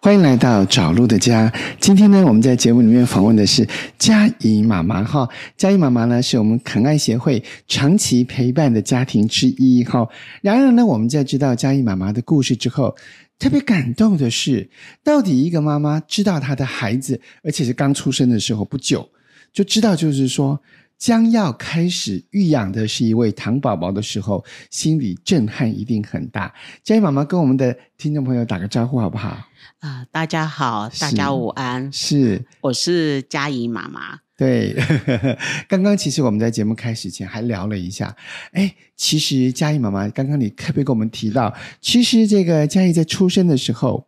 欢迎来到找路的家。今天呢，我们在节目里面访问的是佳怡妈妈哈。佳怡妈妈呢，是我们肯爱协会长期陪伴的家庭之一哈。然而呢，我们在知道佳怡妈妈的故事之后，特别感动的是，到底一个妈妈知道她的孩子，而且是刚出生的时候不久，就知道就是说将要开始育养的是一位糖宝宝的时候，心里震撼一定很大。佳怡妈妈跟我们的听众朋友打个招呼好不好？啊、大家好，大是家午安，是我是佳怡妈妈。对，刚刚其实我们在节目开始前还聊了一下，哎，其实嘉义妈妈刚刚你特别跟我们提到，其实这个嘉义在出生的时候，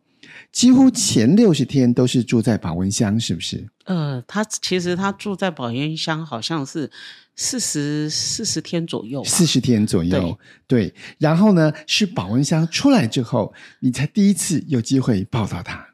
几乎前六十天都是住在保温箱，是不是？呃，她其实她住在保元乡，好像是四十四十天左右吧，四十天左右，对然后呢，是保温箱出来之后，你才第一次有机会抱到它。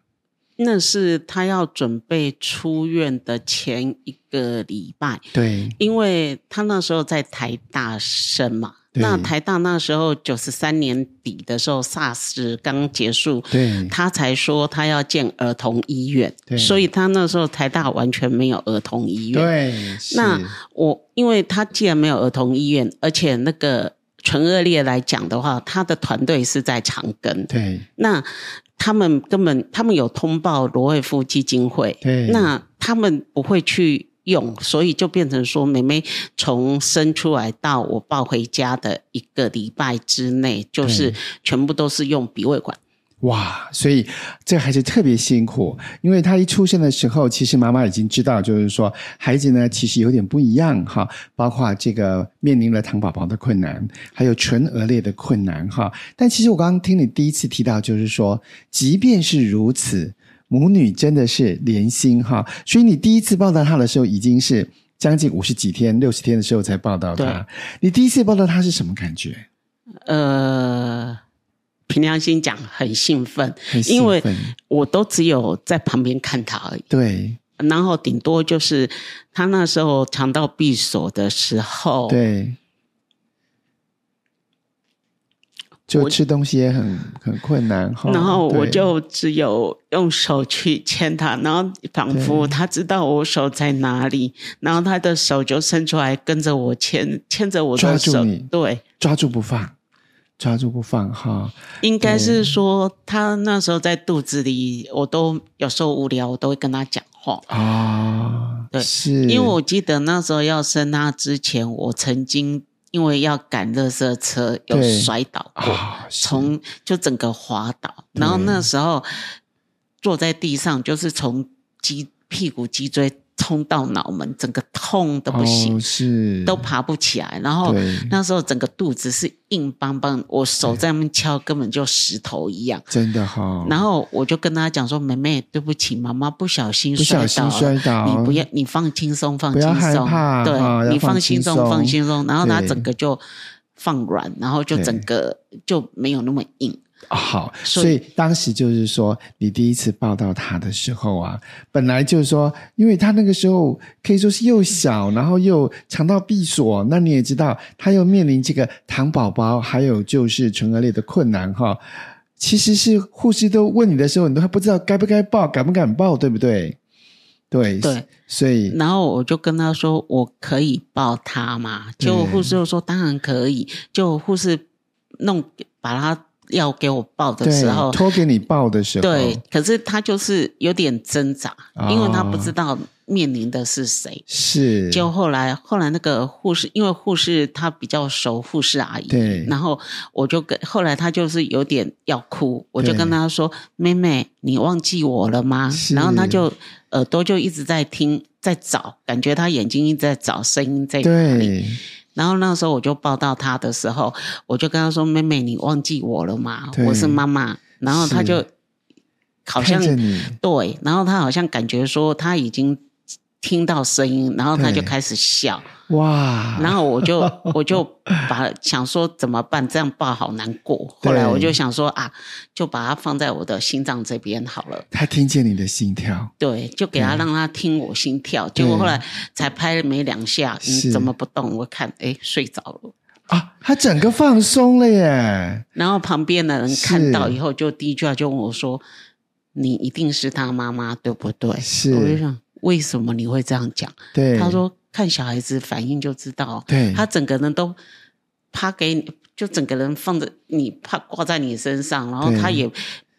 那是她要准备出院的前一个礼拜，对，因为她那时候在台大生嘛。对那台大那时候九十三年底的时候，SARS 刚结束，对，他才说他要建儿童医院嗯对，所以他那时候台大完全没有儿童医院。对，是那我因为他既然没有儿童医院，而且那个纯恶劣来讲的话，他的团队是在长庚，对那他们根本他们有通报罗惠夫基金会，对，那他们不会去用，所以就变成说，妹妹从生出来到我抱回家的一个礼拜之内，就是对全部都是用鼻胃管。哇，所以这孩子特别辛苦，因为他一出生的时候，其实妈妈已经知道，就是说孩子呢其实有点不一样哈，包括这个面临了糖宝宝的困难，还有唇腭裂的困难哈。但其实我刚刚听你第一次提到，就是说，即便是如此，母女真的是连心哈。所以你第一次抱到他的时候，已经是将近五十几天、六十天的时候才抱到对他。你第一次抱到他是什么感觉？呃，凭良心讲，很兴奋，很兴因为奋我都只有在旁边看他而已。对然后顶多就是他那时候肠道闭锁的时候，对，就我吃东西也很很困难哈。然后我哦对就只有用手去牵他，然后仿佛他知道我手在哪里，然后他的手就伸出来跟着我牵，牵着我抓的住手你。对，抓住不放，抓住不放哈。应该是说他那时候在肚子里，我都有时候无聊，我都会跟他讲话。啊，对是因为我记得那时候要生他之前，我曾经因为要赶垃圾车有对摔倒过，啊，是从就整个滑倒，对然后那时候坐在地上，就是从脊屁股脊椎冲到脑门，整个痛的不行，哦、是都爬不起来。然后对那时候整个肚子是硬邦邦，我手在那边敲，根本就石头一样。真的哈。然后我就跟他讲说：“妹妹，对不起，妈妈不小心不小摔心倒摔了。倒，你不要，你放轻松，放不轻要害松，怕对、啊要你放放轻轻松松，放轻松。然后他对整个就放软，然后就对整个就没有那么硬。好，所所以当时就是说，你第一次抱到他的时候啊，本来就是说，因为他那个时候可以说是又小，然后又肠道闭锁，那你也知道，他又面临这个糖宝宝，还有就是唇腭裂的困难哈。其实是护士都问你的时候，你都还不知道该不该抱，敢不敢抱，对不对？对对，所以然后我就跟他说：“我可以抱他吗？”对结果护士就说：“当然可以。”就护士弄把他要给我抱的时候对，托给你抱的时候，对，可是他就是有点挣扎，哦因为他不知道面临的是谁。是就后来，后来那个护士，因为护士她比较熟护士阿姨，对然后我就跟后来她就是有点要哭，我就对跟她说：“妹妹，你忘记我了吗是？”然后她就耳朵就一直在听，在找，感觉她眼睛一直在找声音在哪里。对然后那时候我就抱到她的时候，我就跟她说：“妹妹，你忘记我了吗？对我是妈妈。”然后她是就好像看着你对，然后她好像感觉说她已经听到声音，然后她就对开始笑。哇，然后我就 我就把想说怎么办，这样抱好难过。后来对我就想说啊，就把它放在我的心脏这边好了。他听见你的心跳。对，就给嗯他让他听我心跳。结果后来才拍没两下，是嗯，怎么不动？我看，哎，睡着了。啊，他整个放松了耶！然后旁边的人是看到以后，就第一句话就问我说：“你一定是他妈妈，对不对？是我就想，为什么你会这样讲？对，他说看小孩子反应就知道，对他整个人都趴给你，就整个人放着你趴挂在你身上，然后对他也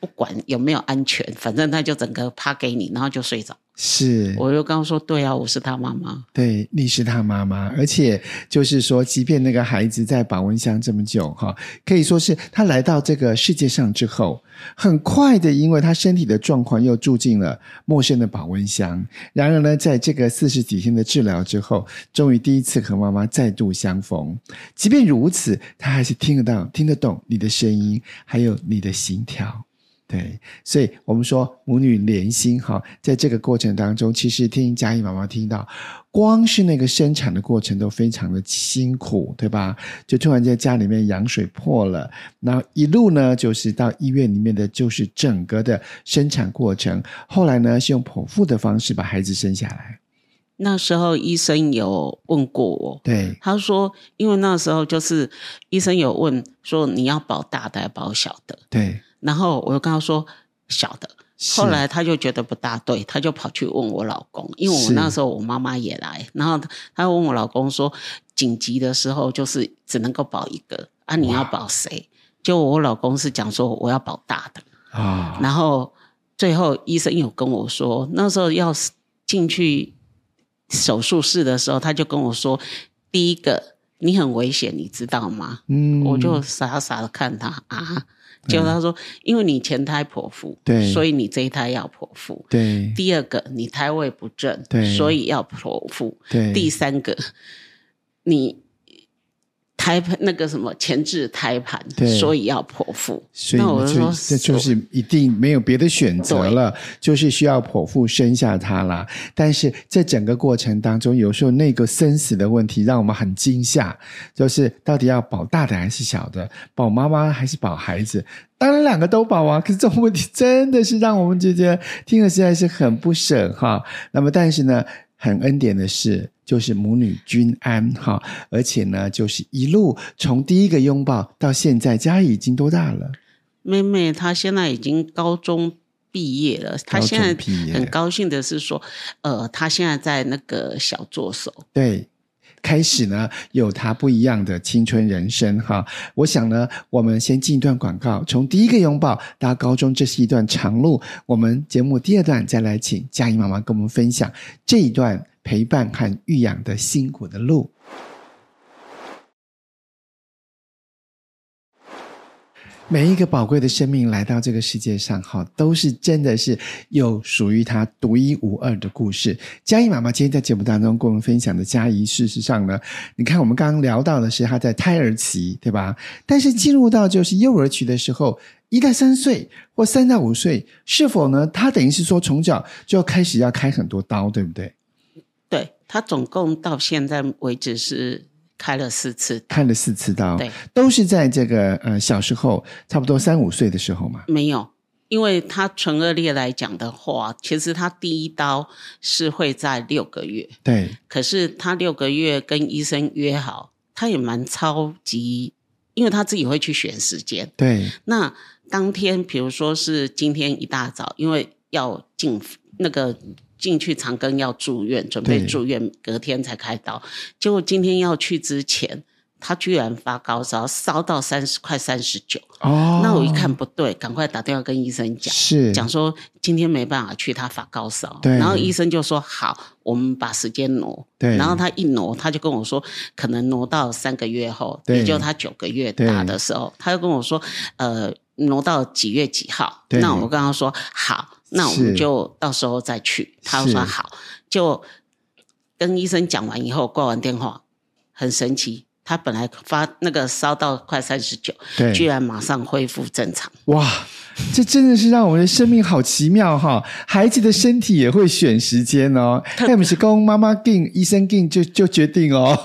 不管有没有安全，反正他就整个趴给你，然后就睡着。是，我就刚刚说，对啊，我是他妈妈，对，丽是他妈妈，而且就是说，即便那个孩子在保温箱这么久，哈，可以说是他来到这个世界上之后，很快的，因为他身体的状况又住进了陌生的保温箱。然而呢，在这个四十几天的治疗之后，终于第一次和妈妈再度相逢。即便如此，他还是听得到、听得懂你的声音，还有你的心跳。对，所以我们说母女连心哈，在这个过程当中，其实听佳怡妈妈听到，光是那个生产的过程都非常的辛苦，对吧？就突然间家里面羊水破了，然后一路呢就是到医院里面的，就是整个的生产过程。后来呢是用剖腹的方式把孩子生下来，那时候医生有问过我，对，他说，因为那时候就是医生有问说你要保大的还保小的，对，然后我就跟他说小的，是后来他就觉得不大对，他就跑去问我老公，因为我是那时候我妈妈也来，然后他他问我老公说，紧急的时候就是只能够保一个啊，你要保谁？就我老公是讲说我要保大的，啊、然后最后医生有跟我说，那时候要进去手术室的时候，他就跟我说，第一个你很危险，你知道吗？嗯我就傻傻的看他啊，结果他说，因为你前胎剖腹，对所以你这一胎要剖腹。对第二个，你胎位不正，对所以要剖腹。对第三个，你胎盘那个什么前置胎盘对，所以要剖腹。所以那我呢就就说这就是一定没有别的选择了，就是需要剖腹生下他啦。但是在整个过程当中，有时候那个生死的问题让我们很惊吓，就是到底要保大的还是小的，保妈妈还是保孩子？当然两个都保啊，可是这种问题真的是让我们觉得听了实在是很不舍哈。那么但是呢，很恩典的是，就是母女均安哈，而且呢，就是一路从第一个拥抱到现在，家已经多大了？妹妹她现在已经高中毕业了，她高现中在毕业很高兴的是说，呃，她现在在那个小助手，对，开始呢有他不一样的青春人生哈。我想呢，我们先进一段广告，从第一个拥抱到高中，这是一段长路。我们节目第二段再来请佳怡妈妈跟我们分享这一段陪伴和育养的辛苦的路。每一个宝贵的生命来到这个世界上，哈，都是真的是有属于他独一无二的故事。嘉怡妈妈今天在节目当中跟我们分享的嘉怡，事实上呢，你看我们刚刚聊到的是她在胎儿期，对吧？但是进入到就是幼儿期的时候，一到三岁或三到五岁，是否呢？她等于是说从小就要开始要开很多刀，对不对？对她总共到现在为止是开了四次，开了四次刀，对，都是在这个呃小时候，差不多三五岁的时候嘛。没有。因为她唇腭裂来讲的话，其实她第一刀是会在六个月，对，可是她六个月跟医生约好，她也蛮超级，因为她自己会去选时间，对，那当天，比如说是今天一大早，因为要进那个进去长庚要住院，准备对住院，隔天才开刀。结果今天要去之前，他居然发高烧，烧到三十快三十九。哦，那我一看不对，赶快打电话跟医生讲。是讲说今天没办法去，他发高烧，对然后医生就说好，我们把时间挪，对然后他一挪，他就跟我说，可能挪到三个月后，对也就他九个月大的时候，他就跟我说，呃，挪到几月几号？对那我跟他说好，那我是们就到时候再去。他是说好，就跟医生讲完以后，挂完电话，很神奇，他本来发那个烧到快三十九，对，居然马上恢复正常。哇，这真的是让我们的生命好奇妙哈！孩子的身体也会选时间哦，那不是公妈妈定，医生定就就决定哦。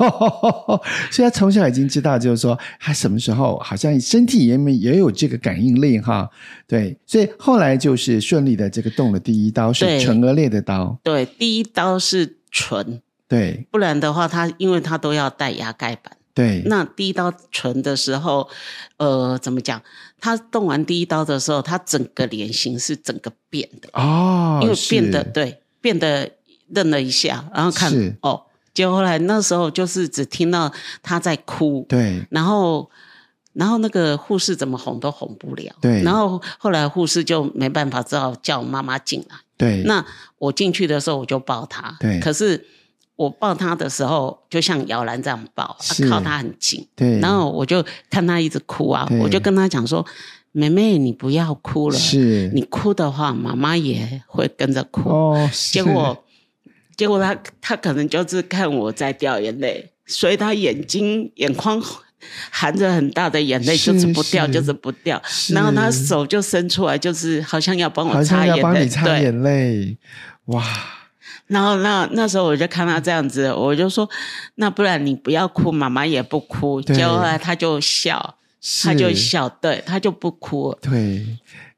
所以他从小已经知道，就是说他什么时候好像身体也没也有这个感应力哈。对，所以后来就是顺利的这个动了第一刀，是对唇腭裂的刀。对，第一刀是唇，对不然的话，他因为他都要戴牙盖板，对，那第一刀存的时候，呃，怎么讲？他动完第一刀的时候，他整个脸型是整个变的，哦，因为是变得对变得愣了一下，然后看是哦，结果后来那时候就是只听到他在哭，对然后，然后那个护士怎么哄都哄不了。对然后后来护士就没办法，只好叫妈妈进来。对，那我进去的时候我就抱她。对可是我抱她的时候，就像摇篮这样抱，啊是靠她很近。对，然后我就看她一直哭啊嗯对，我就跟她讲说：“妹妹，你不要哭了，是你哭的话，妈妈也会跟着哭。哦，结是果，结果他他可能就是看我在掉眼泪，所以他眼睛眼眶含着很大的眼泪，是就是不掉，是就是不掉。是然后他手就伸出来，就是好像要帮我好擦像眼要泪，帮你擦对。眼泪，哇，然后那那时候我就看他这样子，我就说，那不然你不要哭，妈妈也不哭。对结果后来他就笑，他就是笑，对，他就不哭了。对，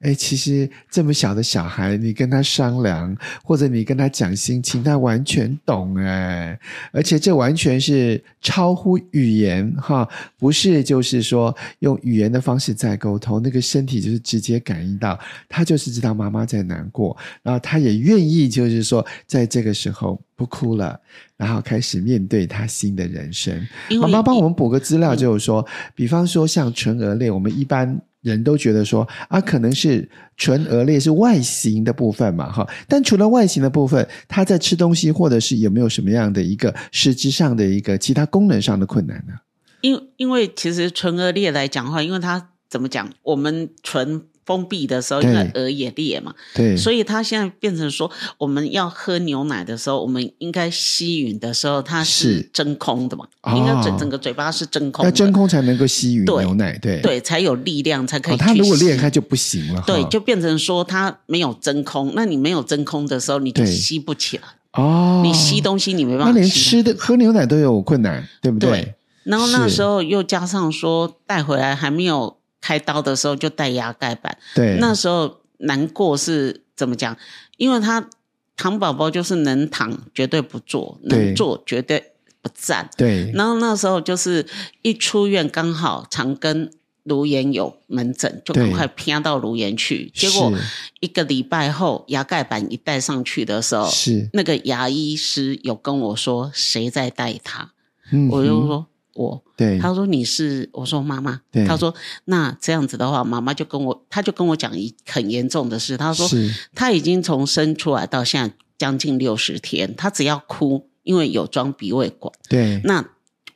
哎，其实这么小的小孩，你跟他商量，或者你跟他讲心情，他完全懂哎，而且这完全是超乎语言哈，不是就是说用语言的方式在沟通，那个身体就是直接感应到，他就是知道妈妈在难过，然后他也愿意就是说在这个时候不哭了，然后开始面对他新的人生。因妈为嗯妈帮我们补个资料，就是说，比方说像唇腭裂，我们一般人都觉得说啊，可能是唇腭裂是外形的部分嘛，哈。但除了外形的部分，他在吃东西或者是有没有什么样的一个实质上的一个其他功能上的困难呢？因因为其实唇腭裂来讲的话，因为它怎么讲，我们唇封闭的时候，对因为额也裂嘛，对，所以它现在变成说，我们要喝牛奶的时候，我们应该吸吮的时候，它是是真空的嘛，哦应该整整个嘴巴是真空要的，真空才能够吸吮对牛奶，对对才有力量，才可以哦，去吸。它如果裂开就哦不行了，哈对，就变成说它没有真空，那你没有真空的时候，你就对吸不起来，哦，你吸东西你没办他法连吸啊吃的喝牛奶都有困难，对不对对？然后那是时候又加上说带回来还没有开刀的时候就带牙盖板，对，那时候难过是怎么讲？因为他躺宝宝就是能躺绝对不坐，对能坐绝对不站。对然后那时候就是一出院，刚好长庚颅炎有门诊，就对赶快偏到颅炎去。结果一个礼拜后，牙盖板一戴上去的时候，是，那个牙医师有跟我说谁在带他，嗯我就哼说我。对，他说你是，我说妈妈嗯对，他说那这样子的话，妈妈就跟我，他就跟我讲一很严重的事，他说是他已经从生出来到现在将近六十天，他只要哭，因为有装鼻胃管，对那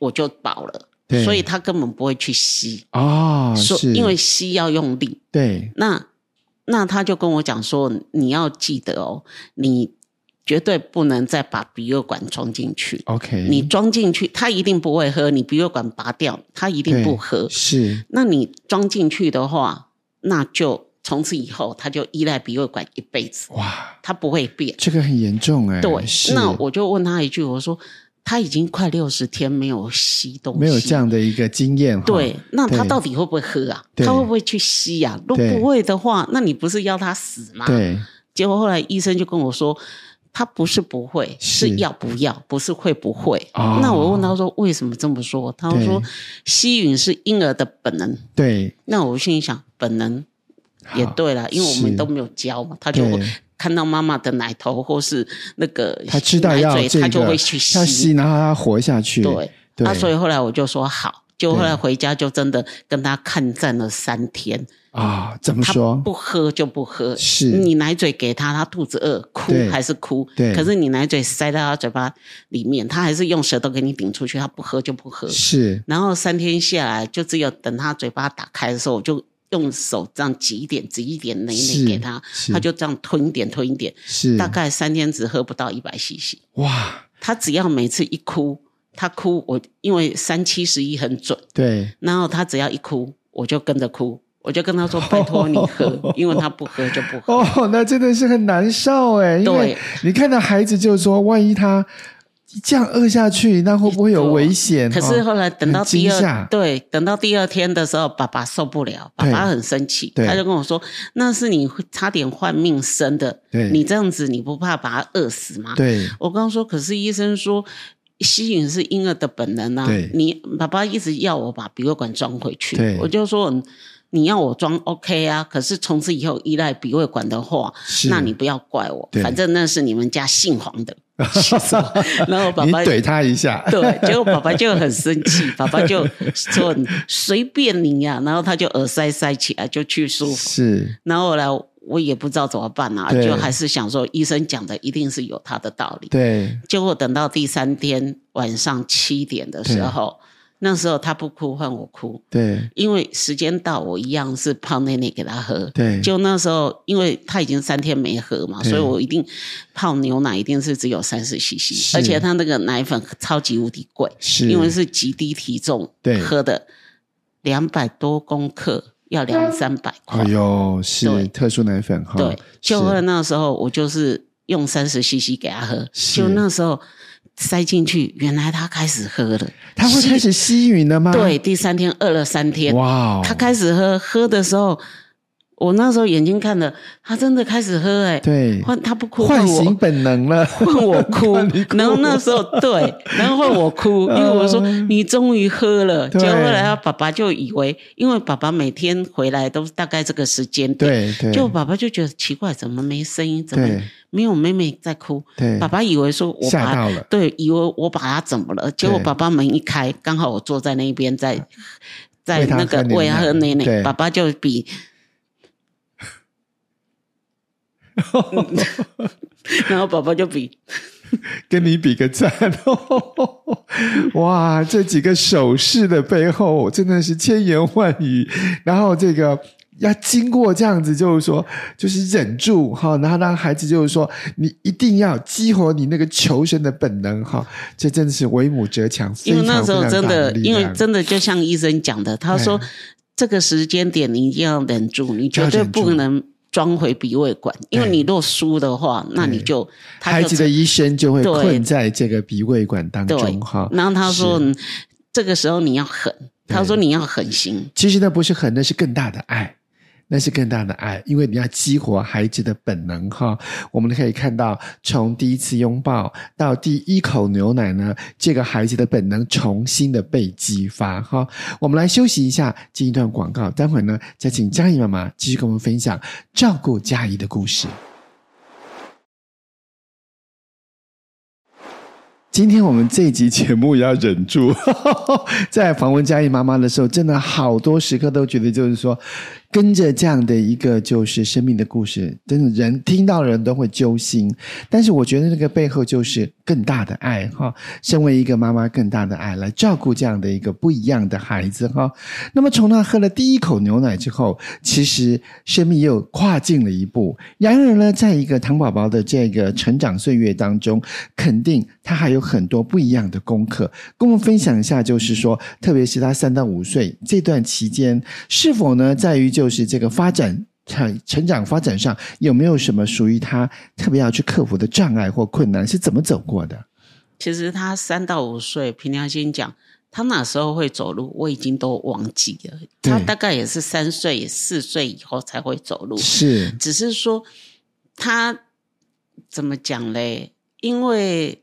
我就饱了，对，所以他根本不会去吸，哦，说是因为吸要用力，对那那他就跟我讲说，你要记得哦，你绝对不能再把鼻胃管装进去。 ，OK，你装进去，他一定不会喝；你鼻胃管拔掉，他一定不喝。是那你装进去的话，那就从此以后他就依赖鼻胃管一辈子，哇，他不会变。这个很严重哎、对，是那我就问他一句，我说他已经快六十天没有吸东西，没有这。样的一个经验哈，对，那他对到底会不会喝啊？对他会不会去吸啊？如果对不会的话，那你不是要他死吗？对结果后来医生就跟我说，他不是不会，是是要不要，不是会不会。哦那我问他说为什么这么说？他对说吸吮是婴儿的本能。对那我心里想，本能好也对啦，因为我是们都没有教嘛，他就对会看到妈妈的奶头或是那个他知道要奶嘴这个他就会去吸。要吸，然后他活下去，对，对，啊，所以后来我就说好。就后对来回家就真的跟他抗战了三天，啊、怎么他说？不喝就不喝，是你奶嘴给他，他肚子饿，哭对还是哭，对可是你奶嘴塞到他嘴巴里面，他还是用舌头给你顶出去，他不喝就不喝，是然后三天下来，就只有等他嘴巴打开的时候，我就用手这样挤一点、挤一点、奶是奶给他是，他就这样吞一点、吞一点，是，大概三天只喝不到一百 CC。哇，他只要每次一哭，他哭我因为三七十一很准，对，然后他只要一哭，我就跟着哭，我就跟他说：“拜托你喝，因为他不喝就不喝。哦，那真的是很难受哎，因为对你看到孩子就是说，万一他这样饿下去，那会不会有危险？可是哦后来等到很惊第二吓对，等到第二天的时候，爸爸受不了，爸对爸很生气，对他就跟我说：“那是你差点换命生的，对你这样子你不怕把他饿死吗？”对我刚说，可是医生说吸引是婴儿的本能啊对。你爸爸一直要我把鼻胃管装回去对，我就说你要我装 OK 啊，可是从此以后依赖鼻胃管的话，是那你不要怪我对，反正那是你们家姓黄 的。然后爸你爸怼他一 下，对，结果爸爸就很生气， 爸爸就说你随便你呀、然后他就耳塞塞起来，就去书房。是然后后来我也不知道怎么办啊，对就还是想说医生讲的一定是有他的道理。对结果等到第三天晚上七点的时候，那时候他不哭换我哭，对因为时间到，我一样是泡奶奶给他喝。对，就那时候，因为他已经三天没喝嘛，对所以我一定泡牛奶一定是只有三十是 CC，而且他那个奶粉超级无敌贵，是因为是极低体重对喝的，两百多公克要两三百块哎。呦是对特殊奶粉哈，对，就是喝了那时候我就是用三十 CC 给他喝，是就那时候塞进去，原来他开始喝了，他会开始吸吮了吗？对，，第三天饿了三天，哇哦，他开始喝，喝的时候，我那时候眼睛看了，他真的开始喝、欸，哎，对换他不哭，唤换醒我。本能了， 换我哭换你，哭然后那时候对，然后换我哭，因为我说嗯你终于喝了。对结果后来他爸爸就以为，因为爸爸每天回来都大概这个时间点，对对，就爸爸就觉得奇怪，怎么没声音？怎么对没有妹妹在哭？对爸爸以为说我吓把到了，对，以为我把她怎么了？结果对爸爸门一开，刚好我坐在那边 在在喂她那个喝奶喂她喝奶对奶，爸爸就 比。然后爸爸就比跟你比个赞， 哇，这几个手势的背后真的是千言万语，然后这个。要经过这样子，就是说，就是忍住哈，然后让孩子就是说，你一定要激活你那个求生的本能哈，这真的是为母则强，因为非那常时候非常真大的的，力因为量真的就像医生讲的，他说这个时间点你一定要忍住，你绝要对忍住不能装回鼻胃管，因为对你若输的话，那你就他孩就子的一生就会对困在这个鼻胃管当对中哈。然后他说是嗯这个时候你要狠，对他说你要狠心，其实那不是狠，那是更大的爱，那是更大的爱，因为你要激活孩子的本能哈。我们可以看到，从第一次拥抱到第一口牛奶呢，这个孩子的本能重新的被激发哈。我们来休息一下，进一段广告，待会儿呢再请佳怡妈妈继续跟我们分享照顾佳怡的故事。今天我们这一集节目要忍住， 在访问佳怡妈妈的时候，真的好多时刻都觉得，就是说，跟着这样的一个就是生命的故事，真的人听到的人都会揪心。但是我觉得那个背后就是更大的爱哈，身为一个妈妈，更大的爱来照顾这样的一个不一样的孩子哈。那么从他喝了第一口牛奶之后，其实生命又跨进了一步。然而呢，在一个糖宝宝的这个成长岁月当中，肯定他还有很多不一样的功课。跟我们分享一下，就是说，特别是他三到五岁这段期间，是否呢，在于就是这个发展。成成长发展上有没有什么属于他特别要去克服的障碍或困难？是怎么走过的？其实他三到五岁，凭良心讲，他哪时候会走路，我已经都忘记了。对他大概也是三岁、四岁以后才会走路，是只是说他怎么讲嘞？因为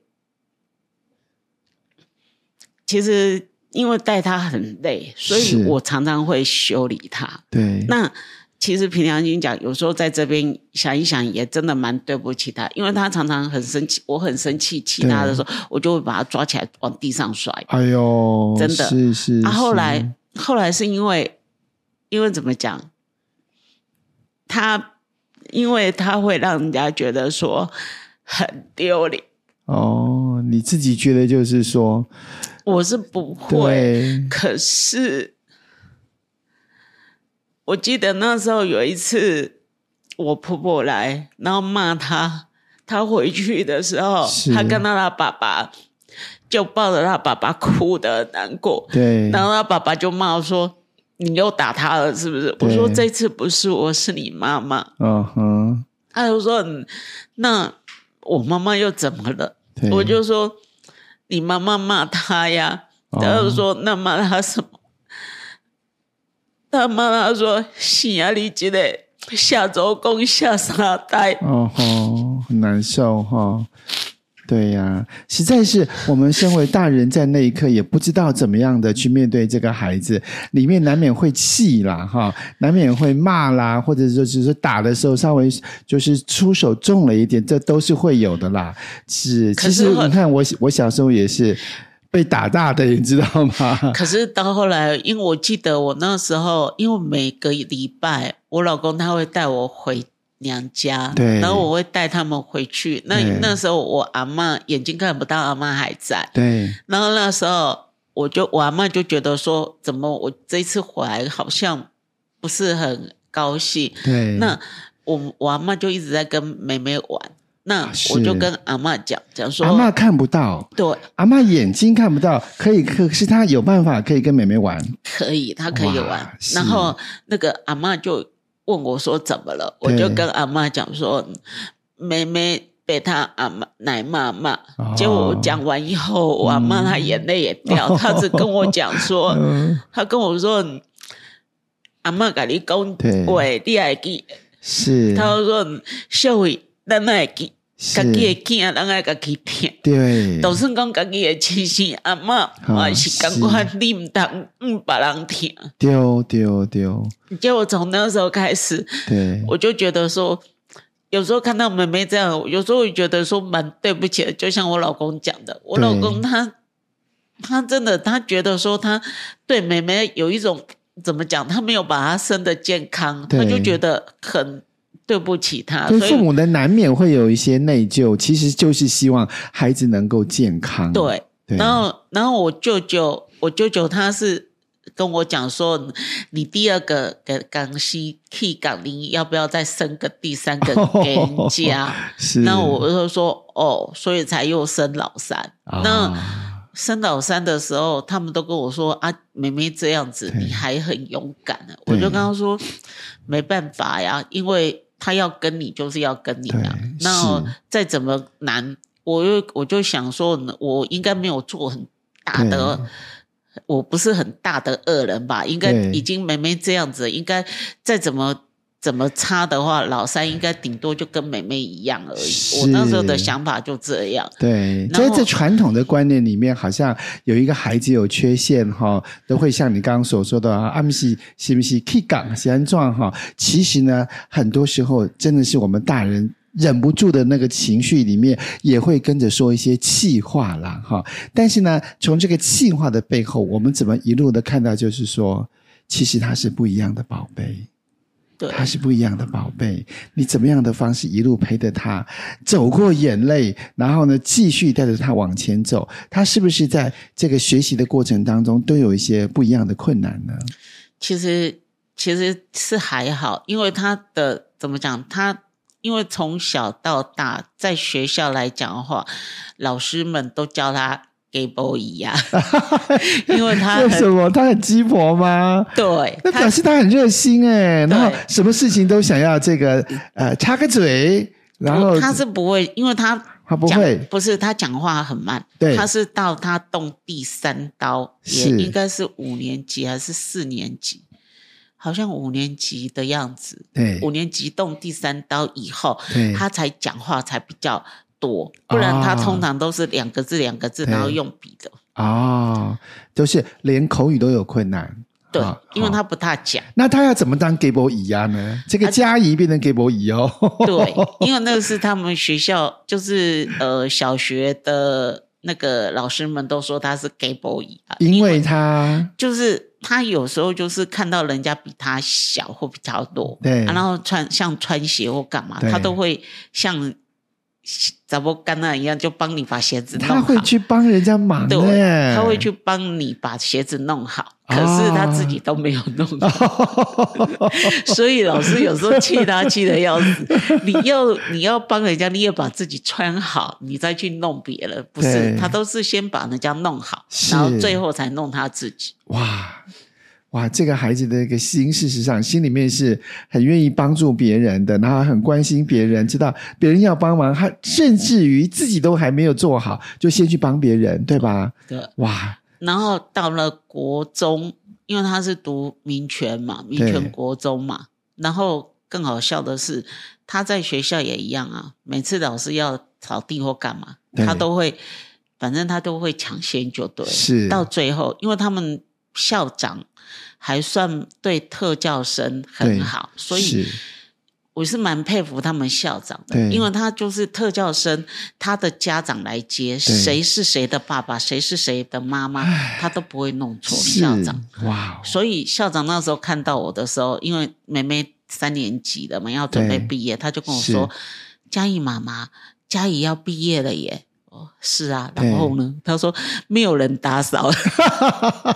其实因为带他很累，所以是我常常会修理他。对，那其实凭良心讲，有时候在这边想一想，也真的蛮对不起他，因为他常常很生气，我很生气气他的时候，我就会把他抓起来往地上甩。哎呦，真的是是。啊，后是来后来是因为，因为怎么讲，他因为他会让人家觉得说很丢脸，哦，你自己觉得就是说，我是不会，对，可是我记得那时候有一次我婆婆来，然后骂他，他回去的时候是，他看到他爸爸就抱着他爸爸哭的难过，对，然后他爸爸就骂我说：“你又打他了，是不是？”对我说：“这次不是我，是你妈妈。嗯哼，”他就说：“嗯那我妈妈又怎么了对，？”我就说：“你妈妈骂他呀。”哦他就说：“那骂他什么？”他妈妈说：“啊心压力之类，下周公下沙呆。哦吼，很难受哈、对呀、实在是我们身为大人，在那一刻也不知道怎么样的去面对这个孩子，里面难免会气啦，哈，难免会骂啦，或者说就是说打的时候稍微就是出手重了一点，这都是会有的啦。是，可其是实后你看我我小时候也是被打大的，你知道吗？可是到后来，因为我记得我那时候，因为每个礼拜我老公他会带我回娘家，对然后我会带他们回去。那对那时候我阿嬷眼睛看不到，阿嬷还在。对，然后那时候我就我阿嬷就觉得说，怎么我这次回来好像不是很高兴。对，那我我阿嬷就一直在跟妹妹玩，那是我就跟阿嬷讲讲说，啊阿嬷看不到，对，阿嬷眼睛看不到，可以，可是她有办法可以跟妹妹玩。可以，他可以哇玩。是然后那个阿嬷就问我说怎么了，我对就跟阿嬷讲说，嗯妹妹被她阿妈奶妈骂哦。结果我讲完以后，我阿嬷她眼泪也掉， 哦她只跟我讲说，嗯，她跟我说，阿嬷跟你讲对话，你还记？是，她说，社会咱爱记，家是己的囝咱爱家己听。对，就算讲家己的亲生阿嬷啊也是感觉你唔通唔别人听。丢丢丢，结果从那时候开始，对，我就觉得说，有时候看到妹妹这样，有时候会觉得说蛮对不起的。就像我老公讲的，我对老公他他真的他觉得说他对妹妹有一种怎么讲，他没有把她生的健康，对他就觉得很对不起她，对所父以。母的难免会有一些内疚，其实就是希望孩子能够健康。对，对，然后然后我舅舅，我舅舅他是跟我讲说，你第二个给港西 K 港林要不要再生个第三个给人家？是，那我就说哦，所以才又生老三。啊那生老三的时候，他们都跟我说啊，妹妹这样子，对你还很勇敢呢、我对就跟他说，没办法呀，因为他要跟你就是要跟你啊对。那是再怎么难，我又我就想说，我应该没有做很大的对。我不是很大的恶人吧？应该对已经妹妹这样子，应该再怎么怎么差的话，老三应该顶多就跟妹妹一样而是已。我那时候的想法就这样。对，然在后这传统的观念里面，好像有一个孩子有缺陷哈、都会像你刚刚所说的啊，阿姆西是不是 K 港安状哈？其实呢，很多时候真的是我们大人。忍不住的那个情绪里面，也会跟着说一些气话啦，哈。但是呢，从这个气话的背后，我们怎么一路的看到，就是说，其实它是不一样的宝贝。对，他是不一样的宝贝，你怎么样的方式一路陪着他走过眼泪，然后呢，继续带着他往前走，他是不是在这个学习的过程当中都有一些不一样的困难呢？其实其实是还好，因为他的怎么讲，他因为从小到大在学校来讲的话，老师们都叫他 gay boy 呀、啊因为他为什啊很么他很鸡婆吗？对那表他示他很热心哎、对然后什么事情都想要这个呃插个嘴，然后他是不会，因为他。他不讲会不是他讲话很慢，对他是到他动第三刀，也是应该是五年级还是四年级，好像五年级的样子。对五年级动第三刀以后对，他才讲话才比较多，不然他啊通常都是两个字两个字，对然后用笔啊的。哦，就是连口语都有困难。对啊，因为好他不大 讲。那他要怎么当 gay boy 姨呀啊呢？这个嘉怡变成 gay boy 姨哦。对，因为那个是他们学校，就是呃小学的那个老师们都说他是 gay boy 啊，因为他就是他有时候就是看到人家比他小或比较多，对啊然后穿像穿鞋或干嘛，对他都会像怎么干那一样，就帮你把鞋子弄好。他会去帮人家忙哎的对，耶，他会去帮你把鞋子弄好，可是他自己都没有弄好，哦 所以老师有时候气他气的要死。你要你要帮人家，你也把自己穿好，你再去弄别人，不是对他都是先把人家弄好，是然后最后才弄他自己。哇哇，这个孩子的一个心，事实上心里面是很愿意帮助别人的，然后很关心别人，知道别人要帮忙，他甚至于自己都还没有做好，就先去帮别人，对吧？对。哇，然后到了国中，因为他是读民权嘛，民对权国中嘛，然后更好笑的是，他在学校也一样啊，每次老师要扫地或干嘛，对他都会，反正他都会抢先就对了。是到最后，因为他们校长还算对特教生很对好，所以是我是蛮佩服他们校长的，对因为他就是特教生，他的家长来接，谁是谁的爸爸，谁是谁的妈妈，他都不会弄错是校长。哇哦，所以校长那时候看到我的时候，因为妹妹三年级了嘛，要准备对毕业，他就跟我说：“嘉义妈妈，嘉义要毕业了耶。”哦，是啊，对然后呢？他说没有人打扫，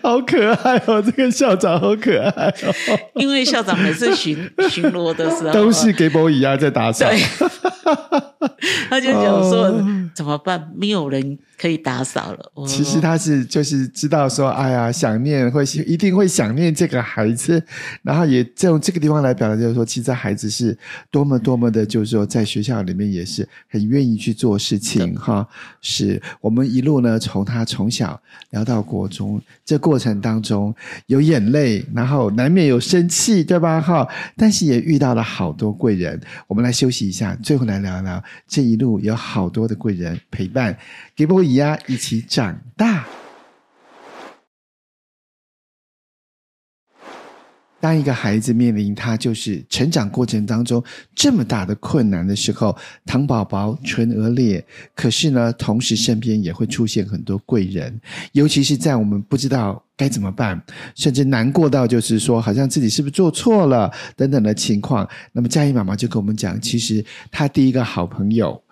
好可爱哦，这个校长好可爱 哦，因为校长每次巡巡逻的时候都是给 boy 啊在打扫，对，他就讲说、哦怎么办？没有人可以打扫了。我其实他是就是知道说，哎呀，想念会一定会想念这个孩子，然后也这种这个地方来表达，就是说，其实孩子是多么多么的，就是说在学校里面也是很愿意去做事情哈。是我们一路呢，从他从小聊到国中，这过程当中有眼泪，然后难免有生气，对吧？哈，但是也遇到了好多贵人。我们来休息一下，最后来聊聊这一路有好多的贵人陪伴，给波姨啊一起长大。当一个孩子面临他就是成长过程当中这么大的困难的时候，糖宝宝、唇腭裂，可是呢，同时身边也会出现很多贵人，尤其是在我们不知道该怎么办，甚至难过到就是说好像自己是不是做错了等等的情况。那么佳怡妈妈就跟我们讲，其实她第一个好朋友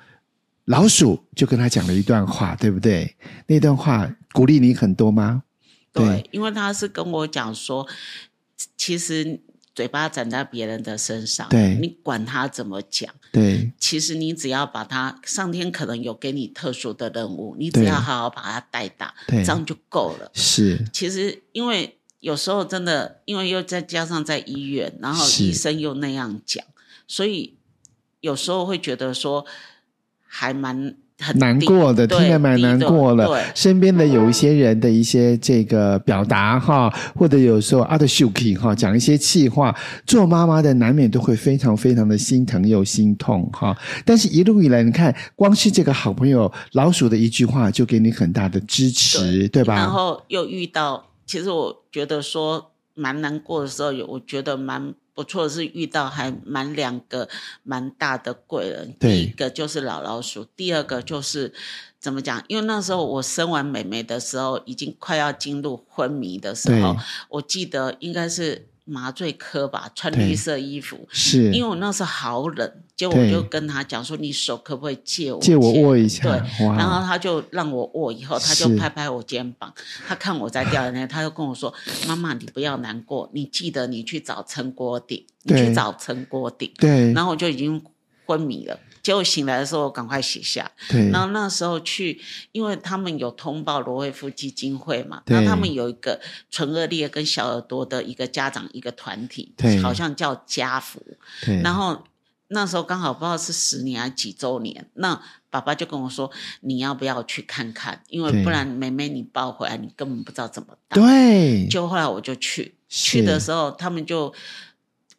老鼠就跟她讲了一段话，对不对？那段话鼓励你很多吗？对，因为他是跟我讲说，其实嘴巴长在别人的身上，对你管他怎么讲，对其实你只要把他，上天可能有给你特殊的任务，你对只要好好把它带大，对这样就够了。是，其实因为有时候真的，因为又再加上在医院，然后是医生又那样讲，所以有时候会觉得说还蛮很难低过的，听对得蛮低难的过了对。身边的有一些人的一些这个表达哈，或者有时候阿的 s h u k i 哈，讲一些气话，做妈妈的难免都会非常非常的心疼又心痛哈。但是一路以来，你看，光是这个好朋友老鼠的一句话，就给你很大的支持，对吧？然后又遇到，其实我觉得说蛮难过的时候，有我觉得蛮不错，是遇到还蛮两个蛮大的贵人。对第一个就是老老鼠，第二个就是怎么讲？因为那时候我生完妹妹的时候，已经快要进入昏迷的时对候，我记得应该是麻醉科吧，穿对绿色衣服，是，因为我那时候好冷，结果我对就跟他讲说：“你手可不可以借我借我牵握一下，对然后哇，他就让我握，以后他就是拍拍我肩膀，他看我在掉眼泪，他就跟我说：“妈妈，你不要难过，你记得你去找陈国鼎，你对去找陈国鼎。对”然后我就已经昏迷了，结果醒来的时候，我赶快写下。对然后那时候去，因为他们有通报罗惠夫基金会嘛，对那他们有一个唇腭裂跟小耳朵的一个家长一个团体对，好像叫家福。对，然后那时候刚好不知道是十年还是几周年，那爸爸就跟我说，你要不要去看看？因对为不然妹妹你抱回来，你根本不知道怎么带。对就后来我就去，是去的时候他们就，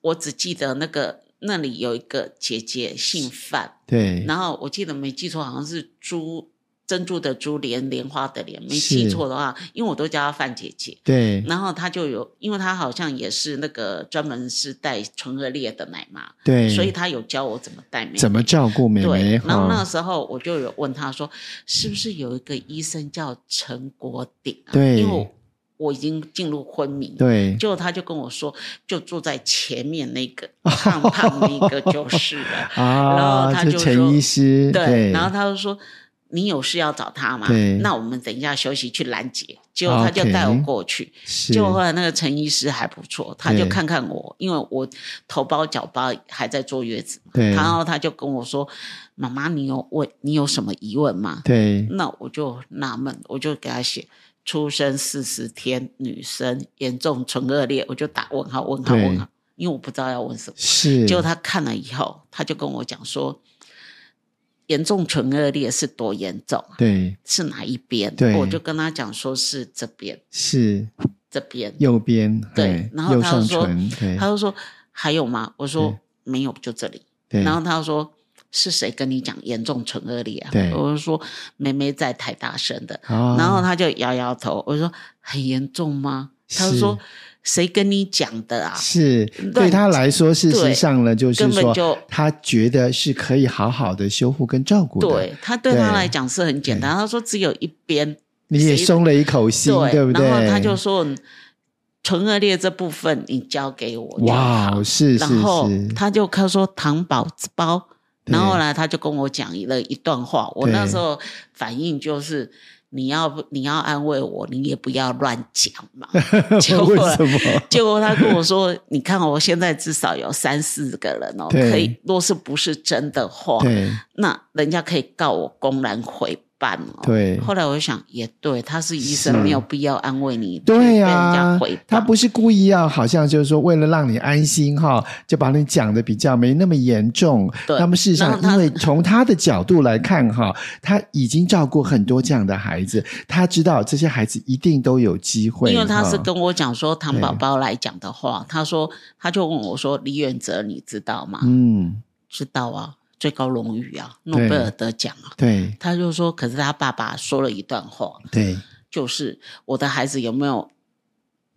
我只记得那个那里有一个姐姐姓范，对然后我记得没记错，好像是朱珍珠的珠莲莲花的莲，没是记错的话，因为我都叫她范姐姐。对然后她就有，因为她好像也是那个专门是带唇腭裂的奶妈，对，所以他有教我怎么带妹妹。嗯怎么照顾妹妹对，然后那哈？时候我就有问他说，是不是有一个医生叫陈国鼎、啊？对因为我我已经进入昏迷。。对，结果他就跟我说，就坐在前面 那个胖胖那个就是了。然啊，后他就就陈说医师，对，然后他就说：“你有事要找他吗对？那我们等一下休息去拦截。”结果他就 OK 带我过去。是结果后来那个陈医师还不错，他对就看看我，因为我头包脚包还在坐月子对然后他就跟我说：“妈妈，你有问你有什么疑问吗对？”那我就纳闷，我就给他写出生四十天，女生严重唇腭裂，我就打问号问号对问号，因为我不知道要问什么。是，结果他看了以后，他就跟我讲说：“严重唇腭裂是多严重啊？对是哪一边？”对我就跟他讲说是这边，是这边。右边对哎然后右他上说唇对他就说：“还有吗？我说、没有，就这里。对然后他说是谁跟你讲严重唇腭裂啊？对我就说妹妹在太大声的，哦然后他就摇摇头。我说很严重吗？他就是说谁跟你讲的啊？是对他来说，事实上呢，就是根本说就他觉得是可以好好的修护跟照顾的，，对他对他对来讲是很简单，他说只有一边你也松了一口心，对不对？然后他就说唇腭裂这部分你交给我就好。哇，是是然后是，他就他说糖宝包，对然后呢，他就跟我讲了一段话。我对那时候反应就是，你要不你要安慰我，你也不要乱讲嘛。结 果 为什么？结果他跟我说：“你看，我现在至少有三四个人哦，对可以，若是不是真的话，对那人家可以告我公然诽谤哦。”对后来我就想，也对，他是医生是，没有必要安慰你，对呀、呀、被人家诽谤。他不是故意要，好像就是说为了让你安心哈，就把你讲的比较没那么严重。对那么事实然上，后他因为从他的角度来看哈，他已经照顾很多这样的孩子，他知道这些孩子一定都有机会，因为他是哈跟我讲说，唐对宝宝来讲的话，他说他就问我说：“李远哲，你知道吗？”嗯，知道啊，最高荣誉啊，对诺贝尔得奖啊。对他就说，可是他爸爸说了一段话，对就是我的孩子有没有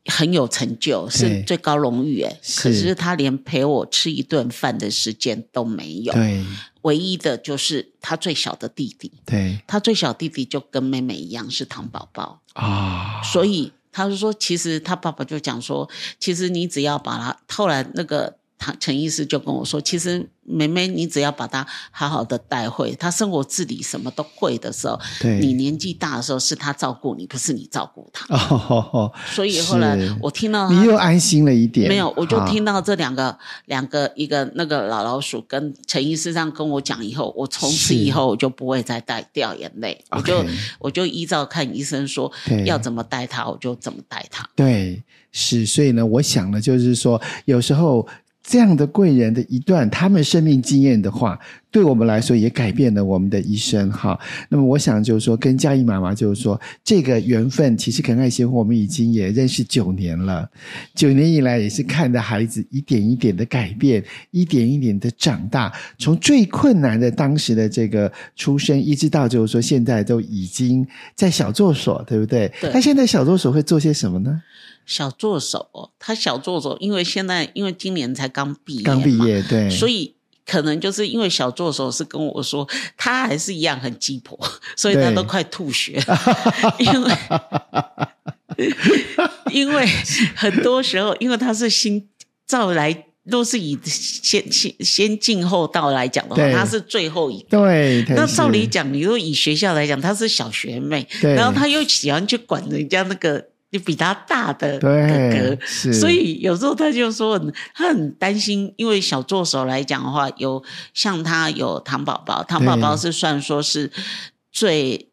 很有成就，是最高荣誉哎、是可是他连陪我吃一顿饭的时间都没有，对唯一的就是他最小的弟弟，对他最小弟弟就跟妹妹一样是糖宝宝，啊，所以他就说，其实他爸爸就讲说，其实你只要把他，后来那个他陈医师就跟我说，其实妹妹你只要把她好好的带会，她生活自理什么都会的时候，对你年纪大的时候是她照顾你，不是你照顾她。哦吼吼，所以后来是我听到你他又安心了一点，没有，我就哈听到这两个两个一个那个老老鼠跟陈医师这样跟我讲以后，我从此是以后我就不会再带掉眼泪，我就 OK 我就依照看医生说对要怎么带他，我就怎么带他。对，是，所以呢，我想呢，就是说，有时候这样的贵人的一段他们生命经验的话，对我们来说也改变了我们的一生哈。那么我想就是说，跟嘉义妈妈就是说，这个缘分其实肯爱协会我们已经也认识九年了，九年以来也是看着孩子一点一点的改变，一点一点的长大，从最困难的当时的这个出生，一直到就是说现在都已经在小作所，对不对？对那现在小作所会做些什么呢？小助手哦，他小助手，因为现在因为今年才刚毕业，刚毕，业，对，所以以可能就是因为小助手是跟我说，他还是一样很鸡婆， 所以他对都快吐血， 因为 因为很多时候，因为他是新照来，若是以先先先进后到来讲的话对，他是最后一个。对，那但是照理，讲，你说以学校来讲，她是小学妹，对然后她又喜欢去管人家那个就比她大的哥对哥，，是，所以有时候她就说很她很担心，因为小助手来讲的话，有像她有糖宝宝，糖宝宝是算说是最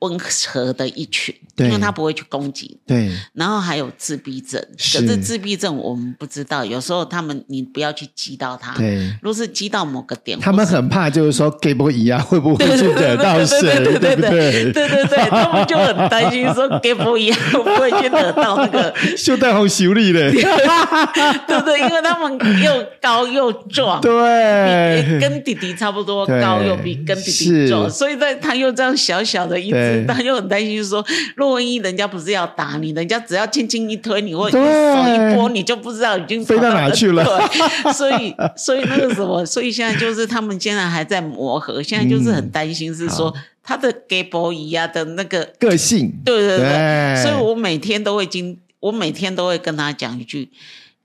温和的一群，对因为她不会去攻击。对然后还有自闭症，是可是自闭症我们不知道，有时候他们你不要去激到他，对。若是激到某个点，他们很怕，就是说 gay boy 一样，会不会去惹到谁，对不对对对对，他们就很担心说 gay 不一样会不会去惹到那个，秀带红修理嘞，对对，因为他们又高又壮。对，跟弟弟差不多哎对高，又比跟弟是弟壮，所以在他又这样小小的一对只，他又很担心说，若万一人家不是要打你，人家只要轻轻一推你，或者对手一拨，你就不知道已经飞到跑哪去了对，所以所以那个什么，所以现在就是他们现在还在磨合，现在就是很担心是说、他的 gay boy 啊的那个个性，对对对，对所以我每天都会经，我每天都会跟他讲一句。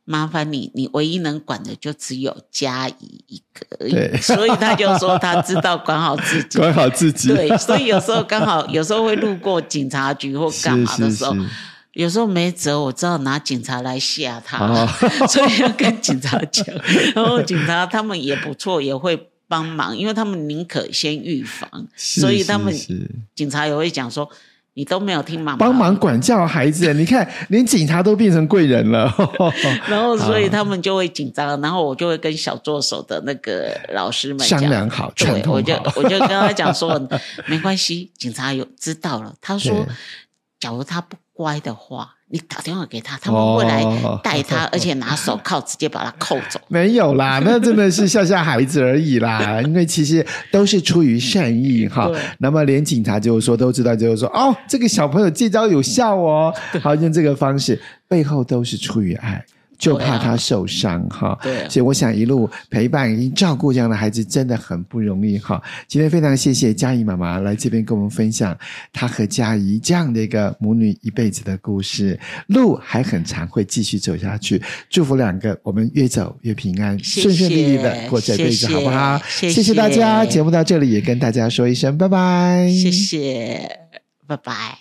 麻烦你，你唯一能管的就只有佳怡一个而对已，所以他就说他知道管好自 己。管好自己，对，所以有时候刚好，有时候会路过警察局或是干嘛的是时候，是有时候没辙，我只好拿警察来吓他，哦 所以要跟警察讲。然后警察他们也不错，也会帮忙，因为他们宁可先预防，是所以他们是是警察也会讲说，你都没有听妈妈帮忙管教孩子，你看连警察都变成贵人了， 然后，所以啊他们就会紧张，然后我就会跟小助手的那个老师们讲商量好，串对，我通就好，我就跟他讲说，没关系，警察有知道了。他说对，假如他不乖的话，你打电话给他，他们会来哦 带他，而且拿手铐直接把他扣走。没有 啦，那真的是吓吓孩子而已啦，因为其实都是出于善意哈对。那么连警察就说都知道，就是说哦，这个小朋友这招有效哦，好用这个方式，背后都是出于爱。就对啊怕他受伤哈，对啊所以我想一路陪伴、一照顾这样的孩子真的很不容易哈。今天非常谢谢佳怡妈妈来这边跟我们分享她和佳怡这样的一个母女一辈子的故事，路还很长，会继续走下去。祝福两个，我们越走越平安，谢谢顺顺利利的过这辈子，谢谢好不好？谢谢谢大哎家，节目到这里也跟大家说一声拜拜，谢谢，拜拜。